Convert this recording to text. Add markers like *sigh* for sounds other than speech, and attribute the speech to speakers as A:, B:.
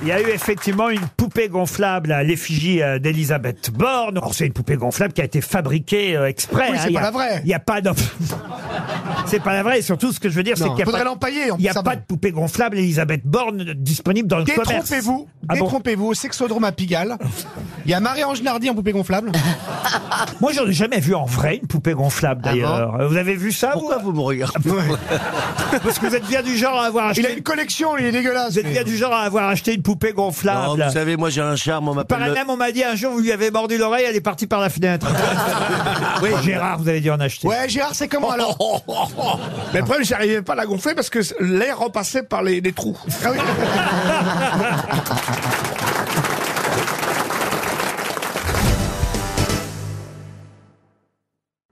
A: Il y a eu effectivement une poupée gonflable à l'effigie euh, d'Elisabeth Borne. Oh, c'est une poupée gonflable qui a été fabriquée euh, exprès.
B: Oui, c'est
A: Il y
B: pas
A: a-
B: la vraie.
A: Il n'y a pas
B: *laughs*
A: de... c'est pas la vraie. Et surtout, ce que je veux dire, c'est
B: Non,
A: qu'il n'y a
B: faudrait
A: pas,
B: l'empailler, en
A: il y a
B: plus,
A: pas
B: avant.
A: de poupée gonflable Elisabeth Borne disponible dans le commerce.
B: Détrompez-vous,
A: Ah bon
B: détrompez-vous au sexodrome à Pigalle. Il y a Marie-Ange Nardi en
A: *laughs*
B: poupée gonflable.
A: Moi, j'en ai jamais vu en vrai une poupée gonflable
C: Ah bon
A: d'ailleurs. Euh, vous avez vu ça vous
C: Pourquoi vous me regardez
A: Parce que vous êtes bien du genre à avoir acheté.
B: Il a une collection, il est dégueulasse.
A: Vous êtes
B: mais-
A: bien du genre à avoir acheté une poupée
C: Non,
A: gonflable.
C: vous savez, moi j'ai un charme, on
A: Ah, Par un
C: m'appelle.
A: homme, on m'a dit un jour, vous lui avez mordu l'oreille, elle est partie par la
C: *laughs*
A: fenêtre. oui, Gérard, vous avez dû en acheter.
B: Ouais, Gérard, c'est
A: *laughs*
B: comment alors
C: *laughs*
D: Mais le problème, j'arrivais pas à la gonfler parce que l'air repassait par les, les trous.
B: Ah oui.